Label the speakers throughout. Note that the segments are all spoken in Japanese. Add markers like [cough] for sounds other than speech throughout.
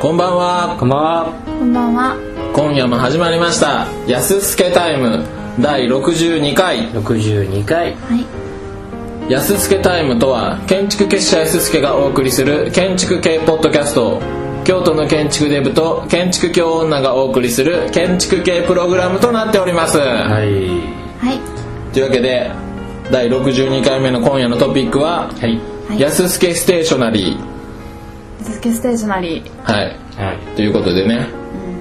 Speaker 1: こんばんは
Speaker 2: こんばんは。
Speaker 3: こんばんは。
Speaker 1: 今夜も始まりました「やすすけタイム」第62回
Speaker 2: 六十二回。
Speaker 3: は
Speaker 1: 「
Speaker 3: い。
Speaker 1: やすすけタイム」とは建築結社やすすけがお送りする建築系ポッドキャスト京都の建築デブと建築教女がお送りする建築系プログラムとなっております、
Speaker 2: はい。
Speaker 3: はい。
Speaker 1: というわけで第62回目の今夜のトピックは
Speaker 2: はい。
Speaker 1: 「やすすけステーショナリー
Speaker 3: 続けステーショナリー。」
Speaker 1: はい
Speaker 2: はい。
Speaker 1: ということでね、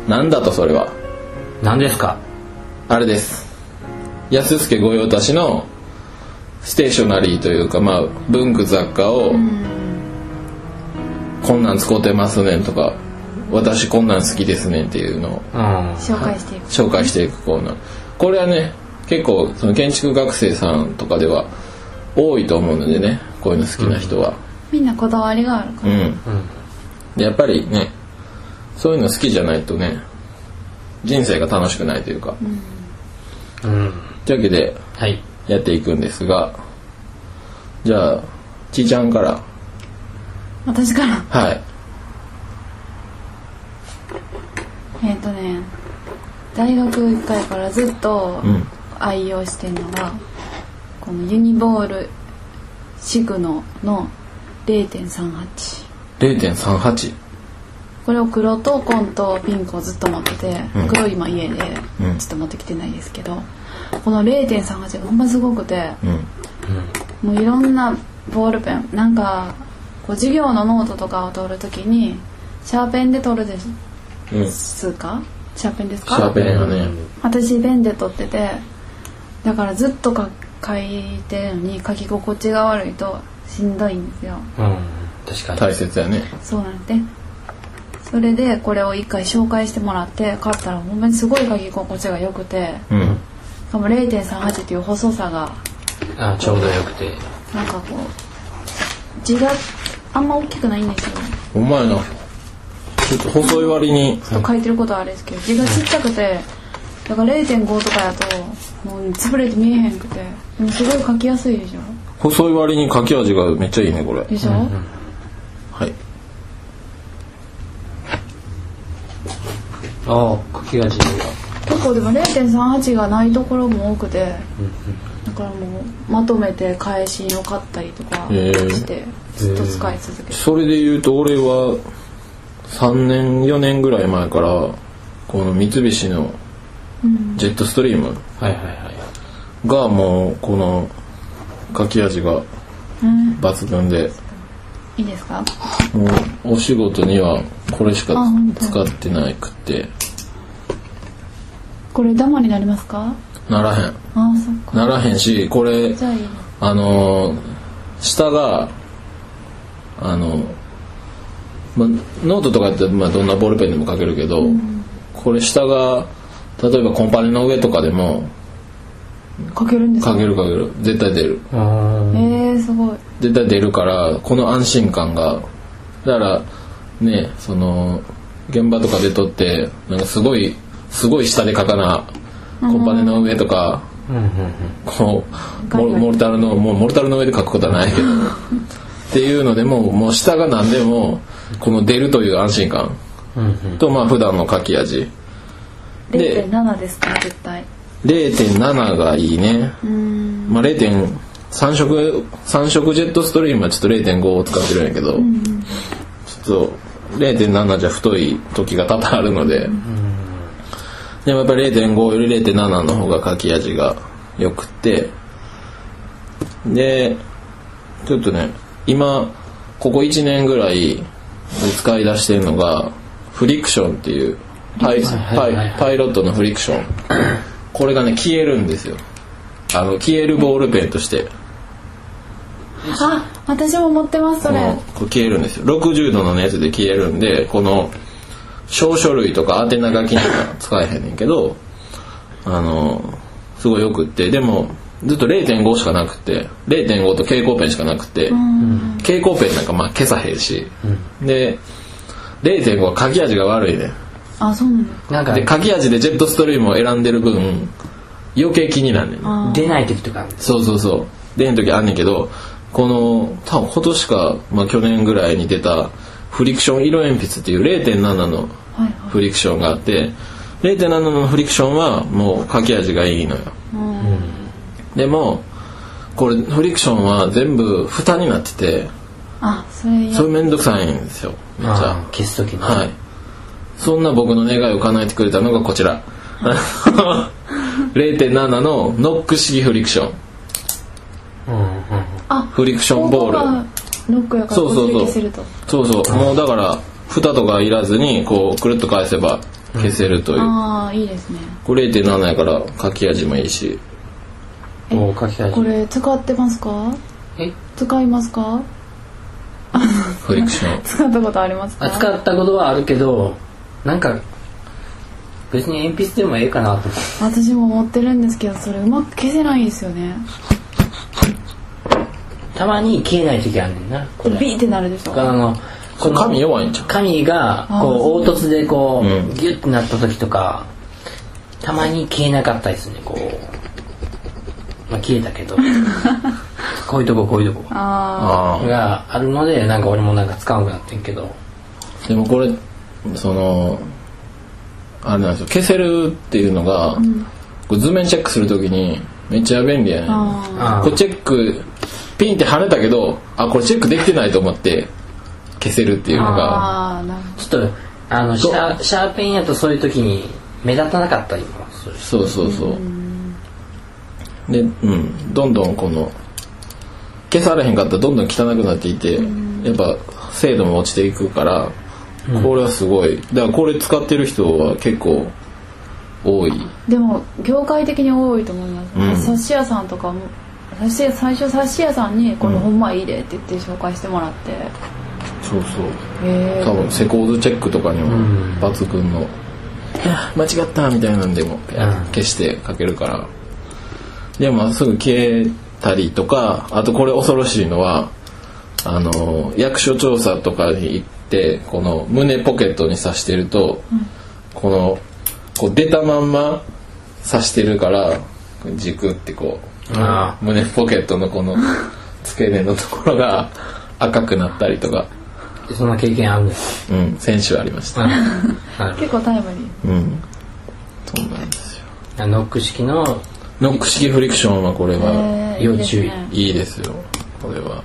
Speaker 1: なんだとそれは
Speaker 2: 何ですか。
Speaker 1: あれです安助御用達のステーショナリーというか、まあ、文具雑貨を、こんなん使ってますねんとか私こんなん好きですねんっていうのを
Speaker 2: うん。
Speaker 3: 紹介していく。
Speaker 1: 紹介していくコーナーこれはね結構その建築学生さんとかでは多いと思うのでねこういうの好きな人は
Speaker 3: みんなこだわりがあるか
Speaker 1: うん、でやっぱりねそういうの好きじゃないとね人生が楽しくないというか、
Speaker 2: うん。
Speaker 1: というわけで
Speaker 2: はい。
Speaker 1: やっていくんですがじゃあちーちゃんから
Speaker 3: ら。私から。
Speaker 1: はい
Speaker 3: えっ、とね、大学1回からずっと
Speaker 1: うん
Speaker 3: 愛用してるのが、このユニボールシグノの0.38。
Speaker 1: 0.38
Speaker 3: これを黒と紺とピンクをずっと持ってて、
Speaker 1: うん
Speaker 3: 黒今家で
Speaker 1: うん
Speaker 3: ちょっと持ってきてないですけど、この0.38がほんますごくて、
Speaker 1: うん
Speaker 3: もういろんなボールペンなんかこう授業のノートとかを取るときにシャーペンで取るで
Speaker 1: うんシ
Speaker 3: すかシャーペンですか
Speaker 1: ャーペンがね
Speaker 3: 私ペンで取っててだからずっとか書いてるのに書き心地が悪いとしんどいんですよ
Speaker 2: うん。確かに。
Speaker 1: 大切やね
Speaker 3: そうなんでそれでこれを一回紹介してもらって買ったらほんまにすごい書き心地が良くて
Speaker 1: うん
Speaker 3: しかも0.38っていう細さが
Speaker 2: あ、ちょうどよくて。
Speaker 3: なんかこう字があんま大きくないんですよ
Speaker 1: お前なちょっと細い割に
Speaker 3: ちょっと書いてることはあれですけど字がちっちゃくてだから0.5とかやともう潰れて見えへんくてでもすごい書きやすいでしょ
Speaker 1: 細い割に書き味がめっちゃいいねこれ
Speaker 3: でしょ、
Speaker 1: はい
Speaker 2: ああ、茎がちが。
Speaker 3: 結構でも0.38がないところも多くてだからもうまとめて返しを買ったりとか
Speaker 1: へえ
Speaker 3: してずっと使い続けて
Speaker 1: それで言うと俺は3年4年ぐらい前からこの三菱のジェットストリーム
Speaker 2: はいはいはい。
Speaker 1: がもうこの書き味が
Speaker 3: うん
Speaker 1: 抜群で
Speaker 3: いいですか
Speaker 1: もうお仕事にはこれしか
Speaker 3: あ本当
Speaker 1: 使ってないくて
Speaker 3: これダマになりますか
Speaker 1: ならへん
Speaker 3: ああそっか
Speaker 1: ならへんしこれ
Speaker 3: じゃあいいの
Speaker 1: あのー下があのま、ノートとかやって、まあ、どんなボールペンでも書けるけど、これ下が例えばコンパネの上とかでも
Speaker 3: 書けるんですか
Speaker 1: 書ける書ける絶対出る
Speaker 2: あ
Speaker 3: ええすごい
Speaker 1: 絶対出るからこの安心感がだからねその現場とかで撮ってなんかすごいすごい下で書かなコンパネの上とか
Speaker 2: あ。うんうんうん。
Speaker 1: こうモ
Speaker 3: ガリガリ
Speaker 1: モルタルのもうモルタルの上で書くことはないけどっていうのでもうもう下が何でもこの出るという安心感
Speaker 2: うんうん。
Speaker 1: とまあ普段の書き味で
Speaker 3: 0.7ですか絶対
Speaker 1: 0.7がいいね
Speaker 3: うん
Speaker 1: まあ0.3色3色ジェットストリームはちょっと0.5を使ってるんやけど、ちょっと0.7じゃ太い時が多々あるので、でもやっぱり0.5より0.7の方が書き味が良くてでちょっとね今ここ1年ぐらい使い出してるのがフリクションっていうパイパ
Speaker 2: はいはい
Speaker 1: イ
Speaker 2: はい
Speaker 1: パイロットのフリクションこれがね消えるんですよあの消えるボールペンとして
Speaker 3: あ私も持ってますそれ
Speaker 1: もうこう消えるんですよ60度の熱で消えるんでこの小書類とか宛名書きには使えへんねんけどあのすごいよくってでもずっと0.5しかなくて0.5と蛍光ペンしかなくて蛍光ペンなんかまあ消さへんし、で0.5は書き味が悪いねん
Speaker 3: あそうなんです
Speaker 2: なんか
Speaker 1: で書き味でジェットストリームを選んでる分余計気になんねん
Speaker 3: あ
Speaker 2: 出ない時とか。
Speaker 1: そうそうそう出ん時あんねんけどこの多分今年か、まあ、去年ぐらいに出たフリクション色鉛筆っていう0.7の
Speaker 3: はいはい
Speaker 1: フリクションがあって0.7のフリクションはもう書き味がいいのよでもこれフリクションは全部蓋になってて
Speaker 3: あそれや
Speaker 1: それめんどくさいんですよめっちゃ
Speaker 2: あー消すときに。
Speaker 1: はい。そんな僕の願いを叶えてくれたのがこちら。あ [laughs] の0.7のノック式フリクション。
Speaker 2: うんうんうん。
Speaker 3: あ
Speaker 1: フリクションボ
Speaker 3: ここ
Speaker 1: ー
Speaker 3: が
Speaker 1: ル。
Speaker 3: ノックやから
Speaker 1: そうそうそう
Speaker 3: こじきすると
Speaker 1: そうそう。もうだから、蓋とかいらずに、こう、くるっと返せば消せるという。
Speaker 3: ああいいですね
Speaker 1: これ0.7やから書き味もいいし。
Speaker 2: もう書き
Speaker 3: こ
Speaker 2: 始め。
Speaker 3: れ使ってますか
Speaker 2: え
Speaker 3: 使いますか
Speaker 1: フリクション。
Speaker 3: 使ったことありますか
Speaker 2: あ使ったことはあるけど、なんか、別に鉛筆でもええかなと思って。
Speaker 3: 私も持ってるんですけどそれうまく消せないんですよね
Speaker 2: たまに消えない時あるねんな。これ。
Speaker 3: ビーってなるでしょ
Speaker 2: あの、この
Speaker 1: 紙弱いんちゃう
Speaker 2: 紙が、こう、凹凸でこ
Speaker 1: うん
Speaker 2: う、ギュッてなった時とか、たまに消えなかったですね、こう。まあ消えたけど。こういうとこ、こういうとこ。
Speaker 3: あ
Speaker 1: ああ。
Speaker 2: があるので、なんか俺もなんか使わなくなってんけど。
Speaker 1: でもこれ、その、あれなんですよ。消せるっていうのが、こう図面チェックするときに、めっちゃ便利やねん。
Speaker 3: あー
Speaker 2: あ
Speaker 1: こうチェックピンって跳ねたけどあこれチェックできてないと思って消せるっていうのが
Speaker 3: あーなるほ
Speaker 2: ちょっと、あの、シャーシャーペンやとそういう時に目立たなかったりもするし。
Speaker 1: そうそうそうでうんどんどんこの消されへんかったらどんどん汚くなっていてやっぱ精度も落ちていくからこれはすごいだからこれ使ってる人は結構多い
Speaker 3: どでも業界的に多いと思います、
Speaker 1: うん
Speaker 3: 冊子屋さんとかも冊子屋最初冊子屋さんに「これほんまいいで」って言って紹介してもらって、へ
Speaker 1: そうそう
Speaker 3: え
Speaker 1: 多分施工図チェックとかにも
Speaker 2: ん
Speaker 1: 抜群の「いや間違った」みたいなんでも消して書けるからでもすぐ消えたりとかあとこれ恐ろしいのはあの役所調査とかに行ってこの胸ポケットに刺してると、このこう出たまんま刺してるから軸ってこう
Speaker 2: あ
Speaker 1: 胸ポケットのこの付け根のところが赤くなったりとか。
Speaker 2: でそんな経験あるんです。
Speaker 1: うん、先週ありました。
Speaker 2: なるほ
Speaker 3: 結構タイムリー
Speaker 1: うん。そうなんですよ。
Speaker 2: どノック式の、
Speaker 1: ノック式フリクションはこれは
Speaker 3: へえ
Speaker 2: 要
Speaker 3: いいです
Speaker 2: 注意
Speaker 3: ね
Speaker 1: いいですよ。これは。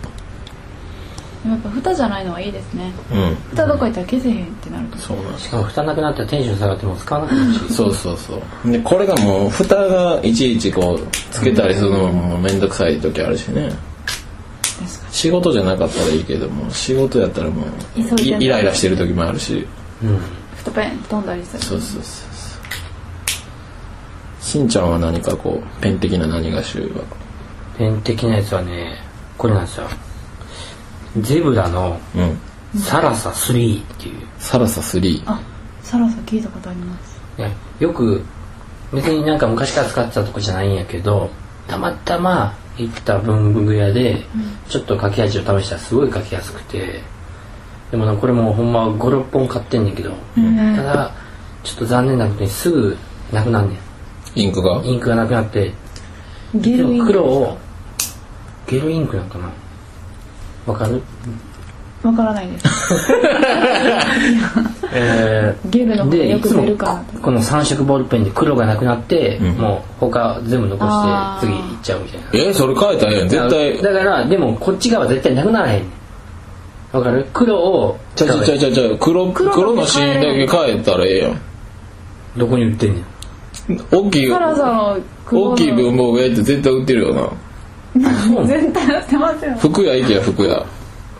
Speaker 3: でもやっぱ蓋じゃないのはいいですね
Speaker 1: うん。
Speaker 3: 蓋どこ行ったら消せへんってなると
Speaker 1: そうなんです。
Speaker 2: しかも蓋なくなったらテンション下がってもう使わなくなるし。
Speaker 1: そうそうそう。で、これがもう、蓋がいちいちこう、つけたりするのももうめんどくさい時あるしね。
Speaker 3: ですか
Speaker 1: 仕事じゃなかったらいいけども、仕事やったらも、
Speaker 3: 急いうでね
Speaker 1: いイライラしてる時もあるし。
Speaker 2: うん。
Speaker 3: 蓋ペン飛んだりする
Speaker 1: そうそうそうそう。しんちゃんは何かこう、ペン的な何がしゅうは。
Speaker 2: ペン的なやつはね、これなんですよ。ゼブラの
Speaker 1: うん。
Speaker 2: サラサ3っていう。
Speaker 1: サラサ3。
Speaker 3: あサラサ聞いたことあります
Speaker 2: ね、よく別になんか昔から使ってたとこじゃないんやけどたまたま行った文具屋でちょっと書き味を試したらすごい書きやすくてでもなこれもうほんま56本買ってんねんけど、ただちょっと残念なことにすぐなくなんね
Speaker 1: インクが
Speaker 2: んインクがなくなって
Speaker 3: ゲルイン
Speaker 2: 黒をゲルインクなんかなわかる
Speaker 3: わからないです
Speaker 2: えー
Speaker 3: ゲルの方が
Speaker 2: で
Speaker 3: よ
Speaker 2: い
Speaker 3: く
Speaker 2: つ
Speaker 3: 出
Speaker 2: も
Speaker 3: るかな
Speaker 2: この3色ボールペンで黒がなくなって、
Speaker 1: ん
Speaker 2: もう他全部残
Speaker 3: あ
Speaker 2: し
Speaker 3: ー
Speaker 2: て次行っちゃうみたいな
Speaker 1: えーそれ変えたらええやん絶対
Speaker 2: だからでもこっち側は絶対なくならへんねんわかる黒を
Speaker 1: ちゃちゃちゃちゃちゃ黒
Speaker 3: 黒
Speaker 1: 黒のシーンだけ変えたらええやん
Speaker 2: どこに売ってんねん
Speaker 1: 大きい
Speaker 3: サラサの黒の
Speaker 1: 大きい文房具屋って絶対売ってるよな
Speaker 2: そうなの
Speaker 3: 全体やってますよ
Speaker 1: 服屋行けや服屋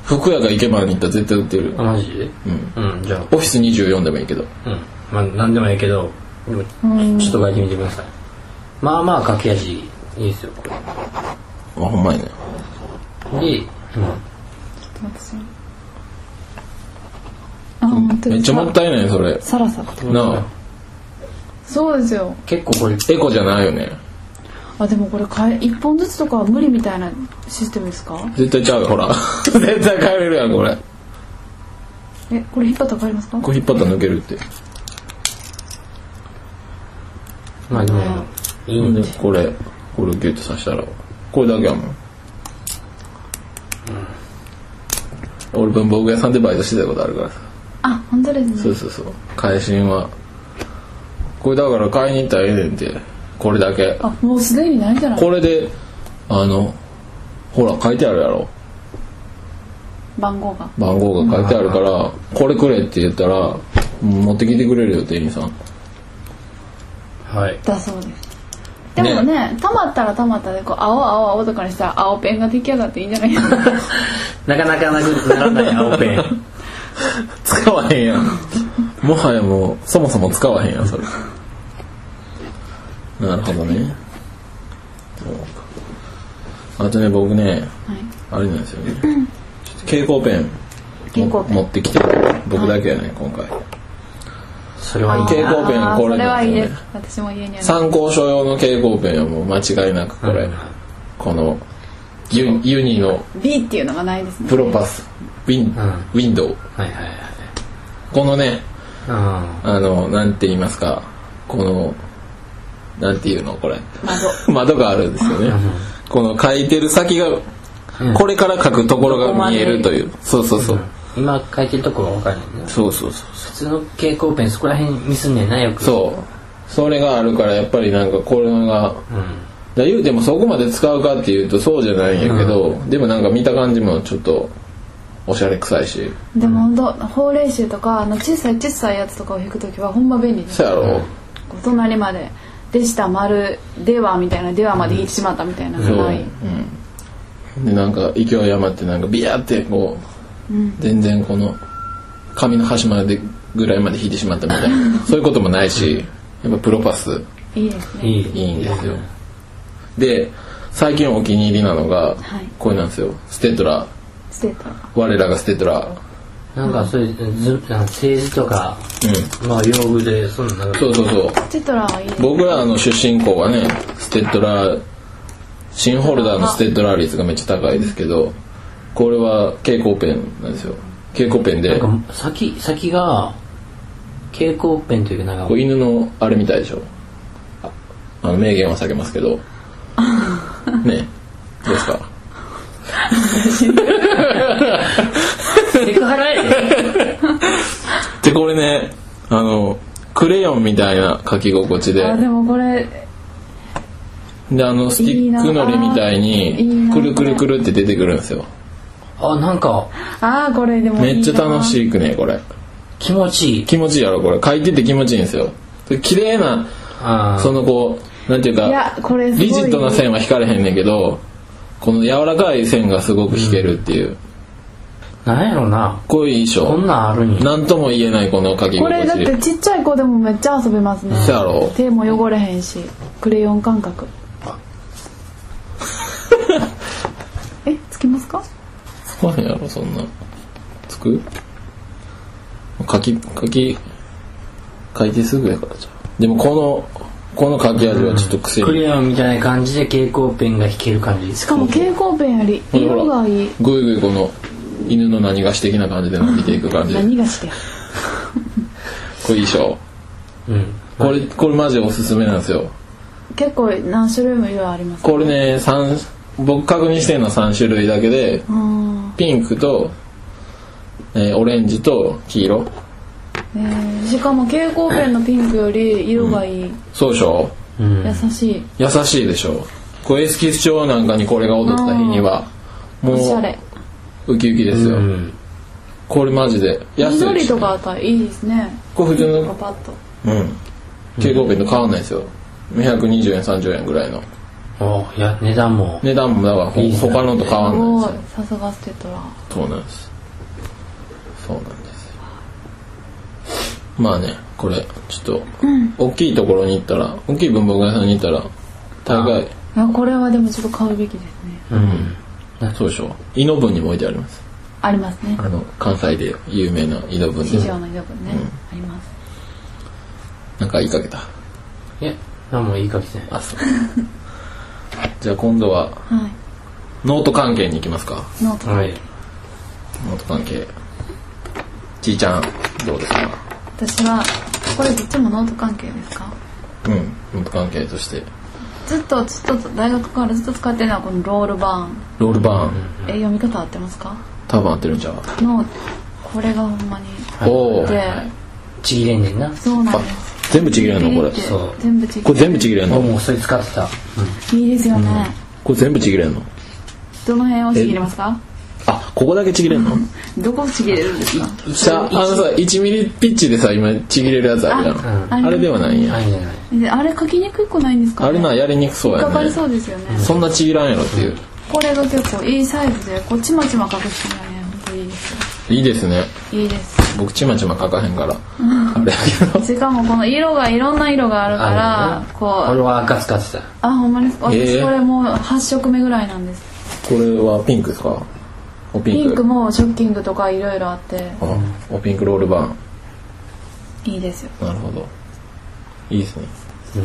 Speaker 1: 服屋が池原に行ったら絶対売ってる
Speaker 2: あマジで
Speaker 1: うん
Speaker 2: うんじゃ
Speaker 1: オフィス24でもいいけど
Speaker 2: あうんまあ何でもええけどでもちょっと書いてみてくださいまあまあ書き味いいですよこ
Speaker 1: あほんまやね
Speaker 2: れで今
Speaker 3: 私あ本当
Speaker 1: めっ
Speaker 3: に
Speaker 1: ちゃもったいないねそれ
Speaker 3: サラサって
Speaker 1: なあ
Speaker 3: そうですよ
Speaker 2: 結構これ
Speaker 1: エコじゃないよね
Speaker 3: あでもこれかえ1本ずつとかは無理みたいなシステムですか
Speaker 1: 絶対ちゃうよほら [laughs] 絶対変えれるやんこれ
Speaker 3: えこれ引っ張ったら分かりますか
Speaker 1: これ引っ張ったら抜けるって
Speaker 2: まあでもいいんで
Speaker 1: でこれこれをギュッと刺したらこれだけやもん俺文房具屋さんでバイトしてたことあるからさ
Speaker 3: あ本当ですね
Speaker 1: そうそうそう会心はこれだから買いに行ったらええねんってこれだけ
Speaker 3: あもうすでにないんじゃない
Speaker 1: これであのほら書いてあるやろ
Speaker 3: 番号が
Speaker 1: 番号が書いてあるからこれくれって言ったら持ってきてくれるよ店員さん
Speaker 2: はい
Speaker 3: だそうですでもねたまったらたまったでこう青青青とかにしたら青ペンが出来上がっていいん
Speaker 1: [laughs]
Speaker 3: じゃないですか
Speaker 2: なかなかなくならない青ペン
Speaker 1: 使わへんやんもはやもうそもそも使わへんやんそれなるほどねそうかあとね僕ねあれなんですよねちょっと蛍光ペン
Speaker 3: 蛍光ペン
Speaker 1: 持ってきてる僕だけやね今回
Speaker 2: それ [laughs] はいい
Speaker 1: 蛍光ペン
Speaker 3: あー
Speaker 1: これ
Speaker 3: それ
Speaker 1: な
Speaker 3: はい
Speaker 1: ん
Speaker 3: い
Speaker 1: ですよね
Speaker 3: です私も家にある
Speaker 1: 参考書用の蛍光ペンはもう間違いなくこれこのユユニの
Speaker 3: B っていうのがないですね
Speaker 1: プロパスウィン,、
Speaker 2: うん
Speaker 1: ウィンドウ
Speaker 2: はいはい
Speaker 1: このね
Speaker 2: は
Speaker 1: あのなんて言いますかこのなんていうのこれ [laughs]
Speaker 3: 窓
Speaker 1: 窓があるんですよねこの書いてる先が
Speaker 2: うん
Speaker 1: これから書くところが見えるというそうそう
Speaker 2: い、う
Speaker 1: そ
Speaker 2: ん
Speaker 1: う、
Speaker 2: 今書いてるとこが分かるんね
Speaker 1: そうそうそう
Speaker 2: 普通の蛍光ペンそこら辺ミスんねんなよくう、
Speaker 1: そうそれがあるからやっぱりなんかこれが
Speaker 2: うん、
Speaker 1: だ言うてもそこまで使うかっていうとそうじゃないんやけど、でもなんか見た感じもちょっとおしゃれ臭いし
Speaker 3: でも本当ほうれい臭とかあの小さい小さいやつとかを引くときはほんま便利です
Speaker 1: そやろ、
Speaker 3: こう隣まで「でした丸では」みたいな「では」まで引いてしまったみたいな
Speaker 1: そう、
Speaker 3: ない
Speaker 1: うん、でなんか勢い余ってなんかビヤーってこう、全然この髪の端までぐらいまで引いてしまったみたい
Speaker 3: [laughs]
Speaker 1: なそういうこともないしやっぱプロパス
Speaker 3: いいですね
Speaker 2: いい
Speaker 1: いいんですよで最近お気に入りなのが、
Speaker 3: はい
Speaker 1: これなんですよステトラ
Speaker 3: ステータ
Speaker 1: 我らがステトラ
Speaker 2: なんかそういうずなんか政治とか、
Speaker 1: う
Speaker 2: まあ用具でそんななんか
Speaker 1: そうそうそう
Speaker 3: ステトラはいいです
Speaker 1: 僕らの出身校はねステッドラー新ホルダーのステッドラー率がめっちゃ高いですけどこれは蛍光ペンなんですよ蛍光ペンで
Speaker 2: なんか先先が蛍光ペンというかなん
Speaker 1: こ
Speaker 2: か
Speaker 1: う犬のあれみたいでしょああの名言は避けますけ
Speaker 3: [laughs]
Speaker 1: どねどうですか
Speaker 2: セクハラやで
Speaker 1: でこれねあのクレヨンみたいな書き心地で
Speaker 3: あでもこれ
Speaker 1: であのスティックのりみたい
Speaker 3: いい
Speaker 1: に
Speaker 3: な
Speaker 1: くるくるくるって出てくるんですよ
Speaker 2: あなんか
Speaker 3: ああこれでもいい
Speaker 1: めっちゃ楽
Speaker 3: い
Speaker 1: しいくねこれ
Speaker 2: 気持ちいい
Speaker 1: 気持ちいいやろこれ書いてて気持ちいいんですよで綺麗な
Speaker 2: あー
Speaker 1: そのこうなんていう
Speaker 3: い
Speaker 1: か
Speaker 3: やこれすごい
Speaker 1: リジットな線は引かれへんねんけどこの柔らかい線がすごく引けるっていう
Speaker 2: なんやろな
Speaker 1: こういう衣
Speaker 2: こ
Speaker 1: 装
Speaker 2: んなんあるんや
Speaker 1: なんとも言えないこの書き
Speaker 3: これ
Speaker 1: 心
Speaker 3: だっ
Speaker 1: 地
Speaker 3: てちっちゃい子でもめっちゃ遊べますね
Speaker 1: そうやろ
Speaker 3: 手も汚れへんしクレヨン感覚 [laughs] えつきますか
Speaker 1: つかへんやろそんなつく書き書き書いてすぐやからじゃあでもこのこの書き味はちょっと癖
Speaker 2: ク
Speaker 1: に
Speaker 2: レヨンみたいな感じで蛍光ペンが弾ける感じ
Speaker 3: しかも蛍光ペンより
Speaker 1: ほら
Speaker 3: 色がいい
Speaker 1: ぐいぐいこの犬の何がし的な感じで伸びていく感じこ
Speaker 3: 何がして
Speaker 1: れいいでしょ
Speaker 2: うん
Speaker 1: これこれマジおすすめなんですよ
Speaker 3: 結構何種類も色あります
Speaker 1: これね三僕確認してるのは3種類だけで
Speaker 3: あー
Speaker 1: ピンクと、えーオレンジと黄色
Speaker 3: えーしかも蛍光ペンのピンクより色がいい、
Speaker 1: そうでしょ
Speaker 2: うん
Speaker 3: 優しい
Speaker 1: 優しいでしょこうエスキス帳なんかにこれが踊った日にはも
Speaker 3: おしゃ
Speaker 1: う
Speaker 3: れ
Speaker 1: ウキウキですよ、
Speaker 2: うん
Speaker 1: これマジで安いし
Speaker 3: 緑とかあったらいいですね
Speaker 1: これ普通
Speaker 3: パ
Speaker 1: の
Speaker 3: パッと
Speaker 1: うん蛍光ペンと変わんないですよ220円30円ぐらいの
Speaker 2: おいや値段も
Speaker 1: 値段もだからほ
Speaker 2: いいね
Speaker 1: 他のと変わ
Speaker 3: す
Speaker 1: んな
Speaker 3: ご
Speaker 1: いで
Speaker 3: いさすがステトラ
Speaker 1: すよそうなんですそうなんですよまあねこれちょっと大きいところに行ったら大きい文房具屋さんに行ったら大概
Speaker 3: いやこれはでもちょっと買うべきですね
Speaker 2: うん
Speaker 1: そうでしょ井の分にも置いてあります
Speaker 3: ありますね
Speaker 1: あの関西で有名な井戸文
Speaker 3: 市
Speaker 1: で
Speaker 3: 場の色分ね、あります
Speaker 1: なんか言いかけた
Speaker 2: いや何も言いかけてない
Speaker 1: あそう [laughs] じゃあ今度は
Speaker 3: は
Speaker 1: ノート関係に行きますか
Speaker 3: いノート、
Speaker 2: はい
Speaker 1: ノート関係ちいちゃんどうですか
Speaker 3: 私はこれどっちもノート関係ですか
Speaker 1: うんノート関係として
Speaker 3: ずっとずっと大学からずっと使ってるのはこのロールバーン
Speaker 1: ロールバーン、
Speaker 3: え読み方合ってますか
Speaker 1: 多分合ってるんちゃう
Speaker 3: のこれがほんまに
Speaker 1: おー
Speaker 3: で
Speaker 2: ちぎれんねんな
Speaker 3: そうなん
Speaker 1: あ
Speaker 3: です
Speaker 1: 全部ちぎれんのこれ
Speaker 3: ピリって
Speaker 2: そう
Speaker 3: 全部ちぎれ
Speaker 1: これ全部ちぎれん
Speaker 2: 僕
Speaker 1: の
Speaker 2: もそれ使ってた
Speaker 3: いいですよね、
Speaker 1: これ全部ちぎれんの
Speaker 3: どの辺をちぎれますか
Speaker 1: あここだけちぎれんの
Speaker 3: どこをちぎれるんですか
Speaker 1: さあのさ1ミリピッチでさ今ちぎれるやつあるや
Speaker 2: あうん
Speaker 1: んあれではないんや
Speaker 2: あいいんじゃない
Speaker 3: であれ書きにくくないんですか、ね、
Speaker 1: あれなやりにくそう
Speaker 3: かか
Speaker 1: や
Speaker 3: り
Speaker 1: ね
Speaker 3: そうですよね、
Speaker 1: そんなちぎらんやろっていう
Speaker 3: これが結構いいサイズでこうちまちま書く人がね本当いいですよ
Speaker 1: いいですね
Speaker 3: いいです
Speaker 1: 僕ちまちま書かへんからあれやけど
Speaker 3: しかもこの色がいろんな色があるから
Speaker 2: あるね
Speaker 3: こ
Speaker 2: 俺
Speaker 3: う
Speaker 2: は赤使ってた
Speaker 3: あほんまに
Speaker 1: え
Speaker 3: 私
Speaker 1: え
Speaker 3: これもう8色目ぐらいなんです
Speaker 1: これはピンクですかおピン
Speaker 3: ピ
Speaker 1: ク
Speaker 3: ンクもショッキングとかいろいろあって
Speaker 1: あおピンクロールバ
Speaker 3: いいですよ
Speaker 1: ーンなるほどいいですね
Speaker 2: うん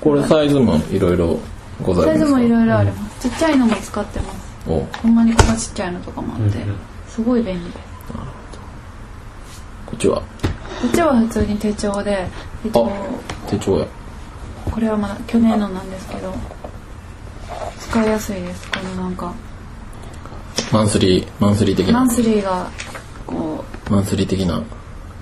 Speaker 1: これサイズもいろいろござ
Speaker 3: サ
Speaker 1: い
Speaker 3: イズ
Speaker 1: ます
Speaker 3: もいろ
Speaker 1: い
Speaker 3: いろありますちっちゃいのも使ってます
Speaker 1: ろお
Speaker 3: ほんまにこんなちっちゃいのとかもあって
Speaker 2: うんうん
Speaker 3: すごい便利です
Speaker 1: こっちは
Speaker 3: こっちは普通に手帳でえっと
Speaker 1: あ手帳や
Speaker 3: これはまだ去年のなんですけど使いやすいですこのなんか
Speaker 1: マンスリーマンスリー的
Speaker 3: マ
Speaker 1: な
Speaker 3: ンスリーがこ
Speaker 1: マンスリー的な
Speaker 3: う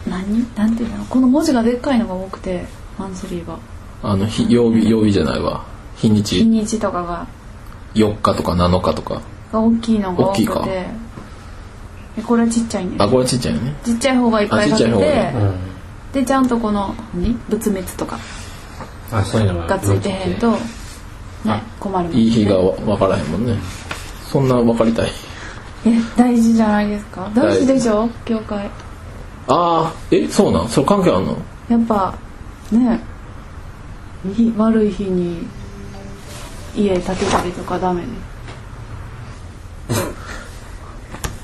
Speaker 3: 何なんていうのこの文字がでっかいのが多くてマンスリーが
Speaker 1: あの日曜日曜日じゃないわ日に
Speaker 3: 日
Speaker 1: ち
Speaker 3: にちとかが
Speaker 1: 4日とか7日とか
Speaker 3: が大きいのが多
Speaker 1: 大き
Speaker 3: く
Speaker 1: い
Speaker 3: てでこれはちっちゃいんで
Speaker 1: あこれちっちゃいよね
Speaker 3: すちっちゃい方がいっ
Speaker 1: あ
Speaker 3: ぱい
Speaker 1: ちっ
Speaker 3: 書
Speaker 1: ちゃい
Speaker 3: け
Speaker 1: 方がい
Speaker 3: て
Speaker 1: い
Speaker 2: うん
Speaker 3: でちゃんとこの何仏滅とか
Speaker 2: あそういうのが
Speaker 3: がついてへんとね困るもんね
Speaker 1: いい日がわ分からへんもんねそんな分かりたい
Speaker 3: え大事じゃないですか大事でしょ業界
Speaker 1: ああえそうなんそれ関係あんの
Speaker 3: やっぱね日悪い日に家建てたりとかダメ
Speaker 1: [laughs]
Speaker 3: です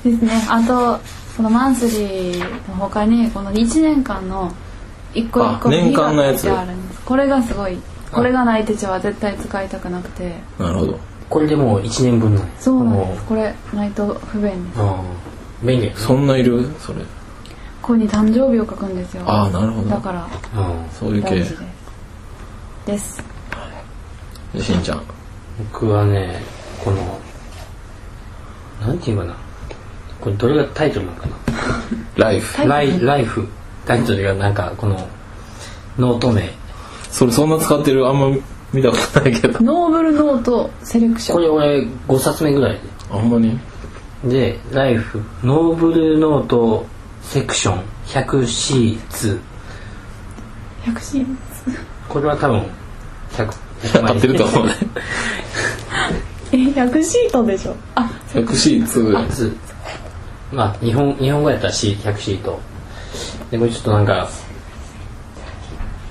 Speaker 3: ですねあとこのマンスリーの他にこの1年間の一個一個
Speaker 1: あ年間のやつ
Speaker 3: 日が書いてあるんですこれがすごいこれがない手帳は絶対使いたくなくて
Speaker 1: なるほど
Speaker 2: これでもう1年分なんや
Speaker 3: そうなん
Speaker 2: も
Speaker 3: ですこれないと不便です
Speaker 2: うあー便利やな
Speaker 1: そんないるそれ
Speaker 3: ここに誕生日を書くんですよ
Speaker 1: ああなるほ
Speaker 3: だ
Speaker 1: ど
Speaker 3: から
Speaker 2: うん
Speaker 1: そういう系
Speaker 3: 大事ですです
Speaker 1: でしんちゃん
Speaker 2: 僕はねこのなんていうかなこれどれがタイトルなのか
Speaker 1: ライフ
Speaker 3: タイ
Speaker 2: な
Speaker 3: トル
Speaker 2: ライライフタイトルがなんかこのノート名
Speaker 1: それそんな使ってるあんま見たことないけど
Speaker 3: ノーブルノートセレクション
Speaker 2: これ俺5冊目ぐらい
Speaker 1: あんまに
Speaker 2: ででライフノーブルノートセクション 100C2
Speaker 3: 100シーン
Speaker 2: これは多分100 100
Speaker 1: [laughs] 合ってると思うね
Speaker 3: え100シートでしょあ
Speaker 1: 100C2
Speaker 2: 初まあ日本日本語やったら C 100シートでこれちょっとなんか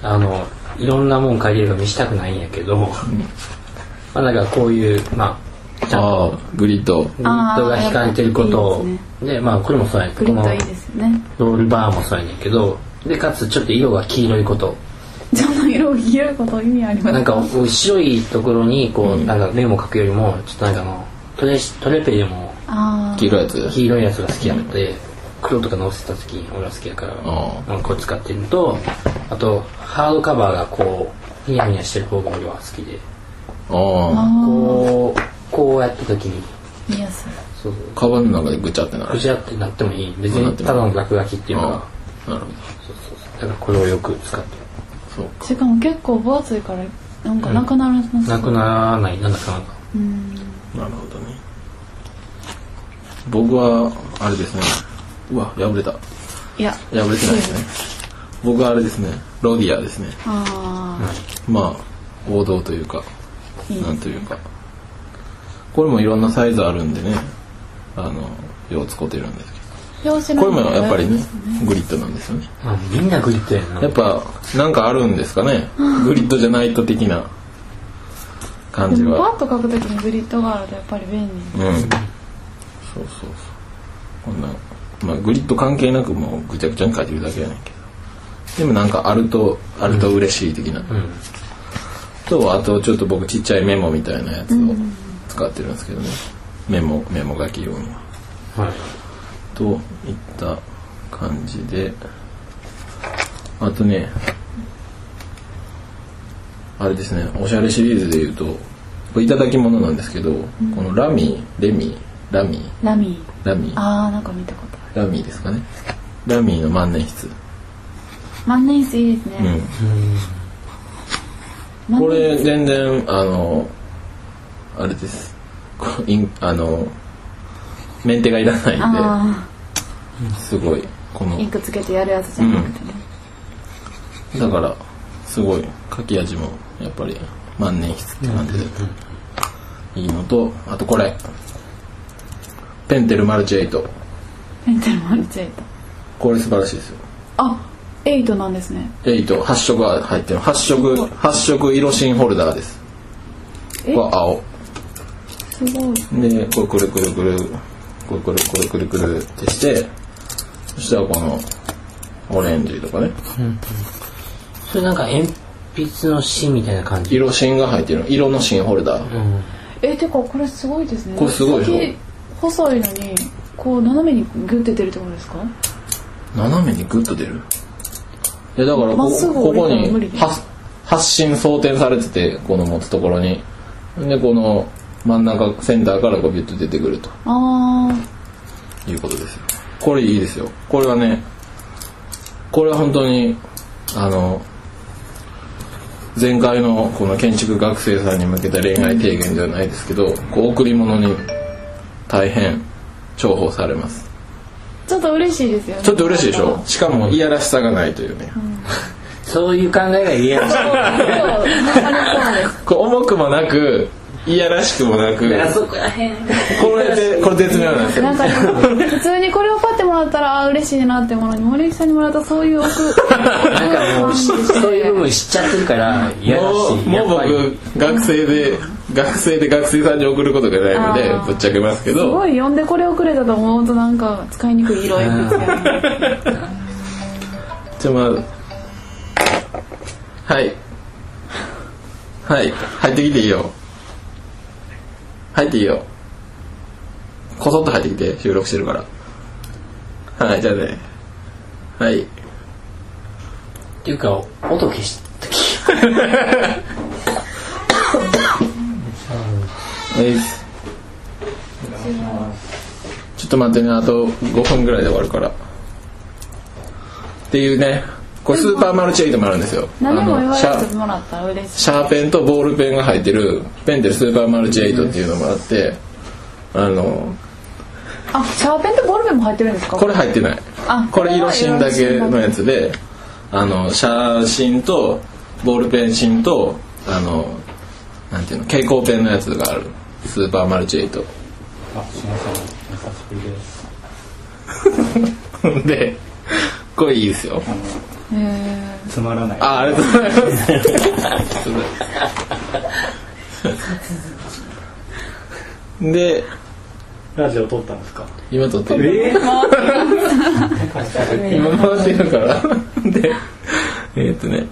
Speaker 2: あのいろんなもん書いてるから見したくないんやけどまあなんかこういうまあちゃんと
Speaker 1: ああグリッド
Speaker 2: ニットが引かれてることを
Speaker 3: あーやっ
Speaker 2: でまあこれもそうやけ
Speaker 3: グリ
Speaker 2: ど
Speaker 3: ッ
Speaker 2: こ
Speaker 3: ド
Speaker 2: の
Speaker 3: いいですよね
Speaker 2: ロールバーもそうやねんけどでかつちょっと色が黄色いこと
Speaker 3: じゃあ色を消えること意味あります
Speaker 2: なんか白いところにこうなんか目も書くよりもちょっとなんかあのトレトレペでも
Speaker 3: あ
Speaker 1: 黄色いやつ
Speaker 2: 黄色いやつが好きなので黒とか乗せた時俺は好きやから
Speaker 1: あ
Speaker 2: なんかこれ使ってるのとあとハードカバーがこうニヤニヤしてる方が俺は好きで
Speaker 1: あ
Speaker 3: あ
Speaker 2: こうこうやった時に
Speaker 3: あいやそれ
Speaker 2: そうそう
Speaker 1: あカバンの中でぐちゃってな
Speaker 2: ぐ
Speaker 1: る
Speaker 2: ちゃってなってもいい別
Speaker 1: なっ
Speaker 2: に
Speaker 1: て
Speaker 2: た
Speaker 1: も
Speaker 2: だの落書きっていうの
Speaker 1: あ
Speaker 2: が
Speaker 1: あなるほど
Speaker 2: そうそうそうだからこれをよく使って
Speaker 1: そうか
Speaker 3: しかも結構分厚いからなんかなくならな
Speaker 2: る
Speaker 3: さ
Speaker 2: なくならないなんだかなんだ
Speaker 3: うん
Speaker 1: なるほどね僕はあれですねうわ破れた
Speaker 3: いや
Speaker 1: 破れてないですね僕はあれですねロディアですね
Speaker 3: あ
Speaker 1: まあ王道というか
Speaker 3: あいい
Speaker 1: なん
Speaker 3: です
Speaker 1: というかこれもいろんなサイズあるんでねあのよう使ってるんです
Speaker 3: 表
Speaker 1: け
Speaker 3: 紙
Speaker 1: どこれ
Speaker 3: の
Speaker 1: もやっぱりねグリッドなんですよね
Speaker 2: あみんなグリッドやな
Speaker 1: やっぱなんかあるんですかねグリッドじゃないと的な感
Speaker 3: で
Speaker 1: じ
Speaker 3: も
Speaker 1: は
Speaker 3: パッと書くときにグリッドがあるとやっぱり便利
Speaker 1: うんそうそうそうこんな、まあ、グリッド関係なくもうぐちゃぐちゃに書いてるだけやねんけどでもなんかあるとあると嬉しい的な、
Speaker 2: うん
Speaker 1: とあとちょっと僕ちっちゃいメモみたいなやつを使ってるんですけどね、メモメモ書き用には
Speaker 2: はい
Speaker 1: といった感じであとねあれですねおしゃれシリーズで言うとこれいただき物なんですけど、このラミレミラミー
Speaker 3: ラミー
Speaker 1: ラミー
Speaker 3: ああなんか見たことあ
Speaker 1: ラミーですかねラミーの万年筆
Speaker 3: る万年筆いいですね、
Speaker 1: うん
Speaker 3: 万年筆
Speaker 1: これ全然あのあれですこうインあのメンテがいらないん
Speaker 3: あ
Speaker 1: ですごいこ
Speaker 3: あ
Speaker 1: の
Speaker 3: インクつけてやるやつじゃなくてね、
Speaker 1: だからすごい書き味もやっぱり万年筆って感じでいいのとあとこれペンテルマルチエイト
Speaker 3: メンタルマルチエイト
Speaker 1: これ素晴らしいですよ
Speaker 3: あエイトなんですね
Speaker 1: エイト8色が入ってる8色8色色芯ホルダーですこ
Speaker 3: え
Speaker 1: れは青
Speaker 3: すごい
Speaker 1: でこれくるくるくるこれくるくるくるくるってしてそしたらこのオレンジとかね
Speaker 2: それなんか鉛筆の芯みたいな感じ。
Speaker 1: 色芯が入ってる色の芯ホルダー
Speaker 2: うん。
Speaker 3: えてかこれすごいですね
Speaker 1: これすごいでしょ
Speaker 3: 先細いのにこう斜めにグッて出るってことですか
Speaker 1: 斜めにグッと出るいやだから
Speaker 3: ま
Speaker 1: こ
Speaker 3: っすぐ
Speaker 1: ここ
Speaker 3: 折れたら無理
Speaker 1: に
Speaker 3: だよ
Speaker 1: 発発進装填されててこの持つところにでこの真ん中センターからこうビュッと出てくると
Speaker 3: あ
Speaker 1: いうことですよこれいいですよこれはねこれは本当にあの前回のこの建築学生さんに向けた恋愛提言ではないですけどこう贈り物に大変重宝されます
Speaker 3: あちょっと嬉しいですよね
Speaker 1: ちょっと嬉しいでしょしかもいやらしさがないというね
Speaker 2: そういう考えが嫌だ。
Speaker 3: そうそうです
Speaker 1: こう重くもなくいやらしくもなく
Speaker 2: あそこら辺。
Speaker 1: これでこれ絶妙なんですよ
Speaker 3: なんかでも普通にこれをパってもらったらあー嬉しいなってものに森内さんにもらったそういう奥なんかも
Speaker 2: そういう部分知っちゃってるから嫌だ
Speaker 1: もう
Speaker 2: し。
Speaker 1: もう
Speaker 2: やっぱり
Speaker 1: 僕学生で学生で学生さんに送ることがないので
Speaker 3: あー
Speaker 1: ぶっちゃけますけ
Speaker 3: す
Speaker 1: ど
Speaker 3: ごい呼んでこれをくれたと思うとなんか使いにくい色鉛筆やね
Speaker 1: じゃあまあはいはい入ってきていいよ入っていいよこそっと入ってきて収録してるからはいじゃあねはい
Speaker 2: っていうか音消し
Speaker 1: はいちょっと待ってねあと5分ぐらいで終わるからっていうねこれスーパーマルチエイトもあるんですよ
Speaker 3: 何も言わ
Speaker 1: シ
Speaker 3: れ
Speaker 1: ャ
Speaker 3: てもらったら嬉しい
Speaker 1: シャーペンとボールペンが入ってるペンでスーパーマルチエイトっていうのもあってあの
Speaker 3: あシャーペンとボールペンも入ってるんですか
Speaker 1: これ入ってない
Speaker 3: あ
Speaker 1: これ色芯だけのやつであの写真とボールペン芯とあのなんていうの蛍光ペンのやつがあるスーパーマルチエイト
Speaker 4: あ、すみません。お久しぶりです。
Speaker 1: でこれいいですよ
Speaker 4: あの、
Speaker 3: へー
Speaker 4: つまらない。
Speaker 1: あありがとうございますで
Speaker 4: ラジオ撮ったんですか。
Speaker 1: 今撮ってる [laughs]
Speaker 4: え
Speaker 1: 今回ってるから [laughs] でえーっとね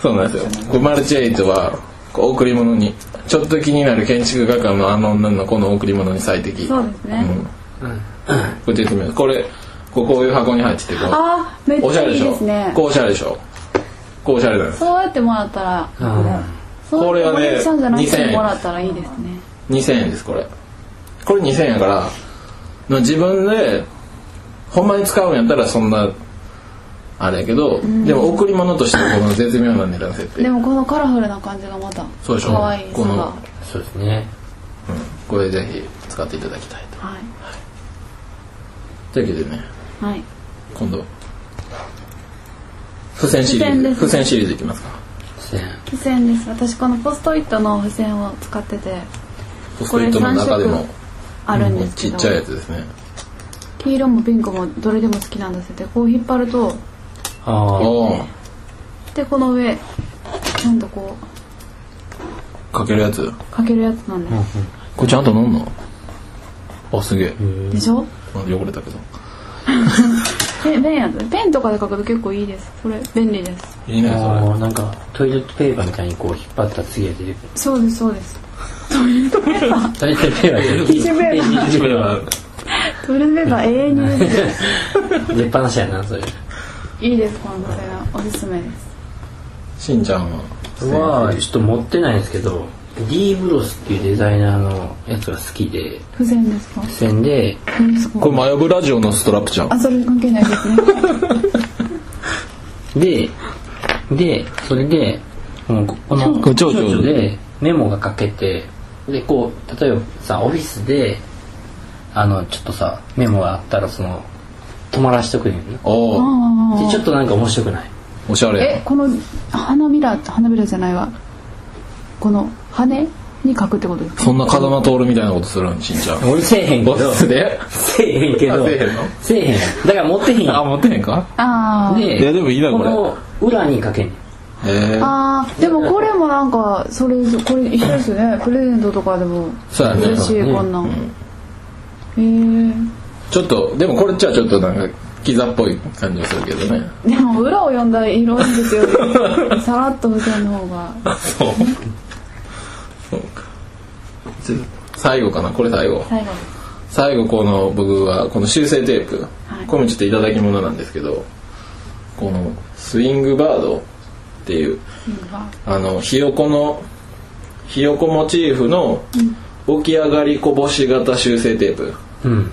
Speaker 1: そうなんですよこうマルチエイトはこう贈り物にちょっと気になる建築画家のあの女の子の贈り物に最適
Speaker 3: そうですね
Speaker 1: ん、これ説明これこうこういう箱に入っててこう
Speaker 3: あーめっ
Speaker 1: おし
Speaker 3: ち
Speaker 1: ゃ
Speaker 3: ゃ
Speaker 1: れで
Speaker 3: いい
Speaker 1: しょ
Speaker 3: ですね
Speaker 1: こうおしゃれでしょこうおしゃれなんです
Speaker 3: そうやってもらったら
Speaker 2: て。うん。
Speaker 3: そうやっ
Speaker 1: こ
Speaker 3: て
Speaker 1: れはね
Speaker 3: 森内さんじゃなく
Speaker 1: 2000
Speaker 3: て
Speaker 1: 円
Speaker 3: もらったらいいですね
Speaker 1: 2000円ですこれこれ2000円やからの自分でほんまに使うんやったらそんなあれやけど、でも贈り物としてこの絶妙な値段設定
Speaker 3: でもこのカラフルな感じがまた
Speaker 1: そうでしょ
Speaker 3: 可愛い
Speaker 1: こ
Speaker 3: さ
Speaker 1: の
Speaker 3: が
Speaker 2: そうですね。
Speaker 1: これぜひ使っていただきたいと
Speaker 3: は
Speaker 1: というわけでね
Speaker 3: いはい
Speaker 1: 今度付箋シリーズ
Speaker 3: 付
Speaker 1: 付箋
Speaker 3: 箋ですね
Speaker 1: シリーズいきますか
Speaker 2: そうですね
Speaker 3: 付箋です私このポストイットの付箋を使ってて
Speaker 1: ポストイットの中でも
Speaker 3: こあるんですけ
Speaker 1: ちっ
Speaker 3: ど
Speaker 1: ちゃいやつですね
Speaker 3: 黄色もピンクもどれでも好きなんですよでこう引っ張ると
Speaker 2: ああ。
Speaker 1: おー
Speaker 3: でこの上ちゃんとこ
Speaker 1: かけるやつ
Speaker 3: うかけるやつなんです、
Speaker 1: これちゃんと飲んのあすげえ
Speaker 3: でしょ
Speaker 1: あ汚れたけど
Speaker 3: ペンペンやつペンとかで書くと結構いいですそれ便利です
Speaker 1: いいねそれ
Speaker 2: ああなんかトイレットペーパーみたいにこう引っ張ったら次が出てくる。
Speaker 3: そうですそうです
Speaker 2: トイレットペーパーで。
Speaker 3: ティッシュペーパー
Speaker 2: ティッシュペー
Speaker 3: トイレットペーパー永遠に出てる
Speaker 2: パー出っ放しやなそれ。
Speaker 3: いいですこの付箋はおすすめです
Speaker 1: しんちゃんは
Speaker 2: はちょっと持ってないんですけど D ブロスっていうデザイナーのやつが好きで
Speaker 3: 不全ですか
Speaker 2: 付箋で
Speaker 3: 何ですか
Speaker 1: これマヤブラジオのストラップじゃん
Speaker 3: あそれ関係ない
Speaker 1: [laughs]
Speaker 3: ですね
Speaker 2: ででそれでこのこの
Speaker 1: これ蝶々
Speaker 2: でメモが書けてでこう例えばさオフィスであのちょっとさメモがあったらその止まらしとくねんな
Speaker 1: おお
Speaker 3: あ
Speaker 2: でちょっとなんか面白くない
Speaker 1: おしゃ
Speaker 3: あえ
Speaker 1: れ
Speaker 3: この花びら花びらじゃないわこの羽に書くってことですか
Speaker 1: そんな風間徹みたいなことするんしんちゃん
Speaker 2: 俺せえへんけ
Speaker 1: ボ
Speaker 2: ど
Speaker 1: スで
Speaker 2: せえへんけど
Speaker 1: あせえへんの
Speaker 2: せえへんだから持ってへ
Speaker 1: [laughs]
Speaker 2: ん
Speaker 1: あ
Speaker 2: や
Speaker 1: 持ってへんか
Speaker 3: あ
Speaker 2: ん
Speaker 3: あ
Speaker 2: で
Speaker 1: いやでもいいなこれ
Speaker 2: の裏に書けんねん
Speaker 1: へえ
Speaker 3: あーでもこれもなんかそれこれ一緒ですよねプレゼントとかでも
Speaker 1: そうやね
Speaker 3: 嬉しいこんなん、へえ
Speaker 1: ちょっとでもこれじゃちょっとなんかキザっぽい感じがするけどね
Speaker 3: でも裏を読んだら色いんですよさらっと付箋の方
Speaker 1: [laughs]
Speaker 3: が
Speaker 1: そうそうかちょ最後かなこれ最後
Speaker 3: 最後
Speaker 1: 最後この僕はこの修正テープ、これもちょっといただき物なんですけどこのスイングバードっていうあのひよこのひよこモチーフの起き上がりこぼし型修正テープ
Speaker 2: うん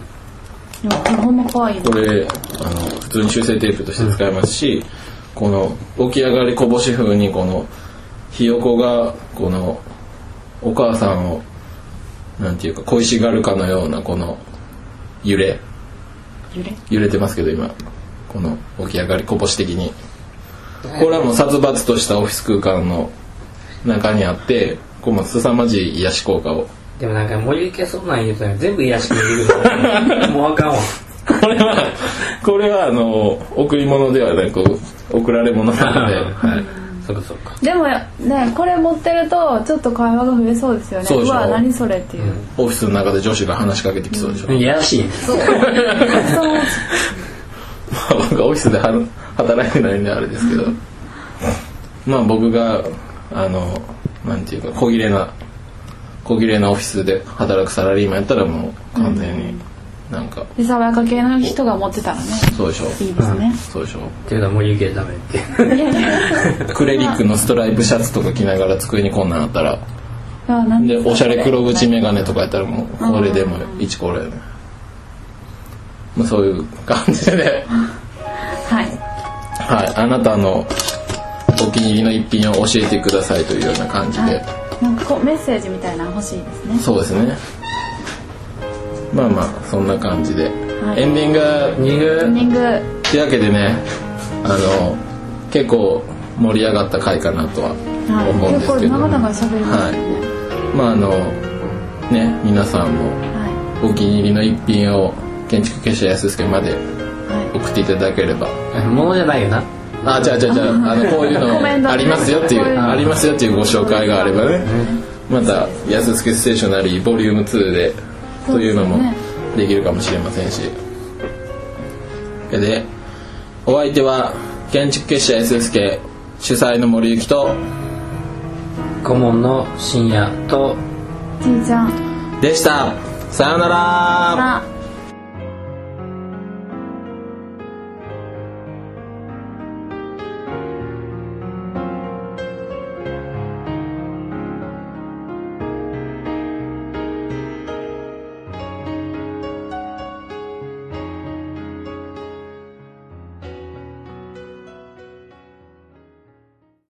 Speaker 3: でもこれほんま可愛い
Speaker 1: これあの普通に修正テープとして使えますし、この起き上がりこぼし風にこのひよこがこのお母さんをなんていうか恋しがるかのようなこの揺れ
Speaker 3: 揺れ
Speaker 1: 揺れてますけど今この起き上がりこぼし的にこれはもう殺伐としたオフィス空間の中にあってこうも凄まじい癒し効果を
Speaker 2: でもなんか森行けそうなん言うとね全部癒やしく見えるからもうあかんわ
Speaker 1: これはこれはあの贈り物ではなく贈られ物なので、はい、
Speaker 2: そっかそっか
Speaker 3: でもねこれ持ってるとちょっと会話が増えそうですよね
Speaker 1: そうでしょ
Speaker 3: わ何それっていう、
Speaker 1: オフィスの中で女子が話しかけてきそうでしょ、
Speaker 2: いやらしいね
Speaker 1: [laughs] まあ僕はオフィスでは働いてないんであれですけどまあ僕があのなんていうか小切れな小切れなオフィスで働くサラリーマンやったらもう完全になんか、
Speaker 3: で爽やか系の人が持ってたらね
Speaker 1: そうでしょ
Speaker 3: いいですね、
Speaker 1: そうでしょ
Speaker 2: っていうのは森行けダメって
Speaker 1: クレリックのストライプシャツとか着ながら机にこんなんあったら
Speaker 3: あーなん
Speaker 1: でおしゃれ黒縁眼
Speaker 3: 目
Speaker 1: 鏡とかやったらもうこれでも一これやね、まあ、そういう感じでね
Speaker 3: はい
Speaker 1: はい、あなたのお気に入りの一品を教えてくださいというような感じで、
Speaker 3: はいなんかこうメッセージみたいなの欲しいですね
Speaker 1: そうですねまあまあそんな感じで、
Speaker 3: い
Speaker 1: エンディング
Speaker 2: ニ
Speaker 3: エン
Speaker 2: グ
Speaker 3: ディング
Speaker 1: というわけでねあの結構盛り上がった回かなとは
Speaker 3: はい
Speaker 1: 思うんで
Speaker 3: 結構
Speaker 1: すけど、
Speaker 3: 長々喋りましたね
Speaker 1: まああのね皆さんも
Speaker 3: は
Speaker 1: お気に入りの一品を建築結社安助まで
Speaker 3: い
Speaker 1: 送っていただければ
Speaker 2: [laughs] 物じゃないよな
Speaker 1: あ、じゃあじゃあじゃあ、あ
Speaker 3: [laughs]
Speaker 1: の、こういう
Speaker 3: コメント
Speaker 1: の
Speaker 3: ね
Speaker 1: ありますよっていう、
Speaker 3: こういうの
Speaker 1: ありますよっていうご紹介があればね。また、安助ステーショナリーボリューム2で、
Speaker 3: そ
Speaker 1: と
Speaker 3: う
Speaker 1: い
Speaker 3: で
Speaker 1: う
Speaker 3: すね
Speaker 1: のもできるかもしれませんし。で、お相手は、建築結社 SSK 主催の森幸と、
Speaker 2: 顧問の深夜と
Speaker 3: はいじいちゃん
Speaker 1: でした。さようなら
Speaker 3: また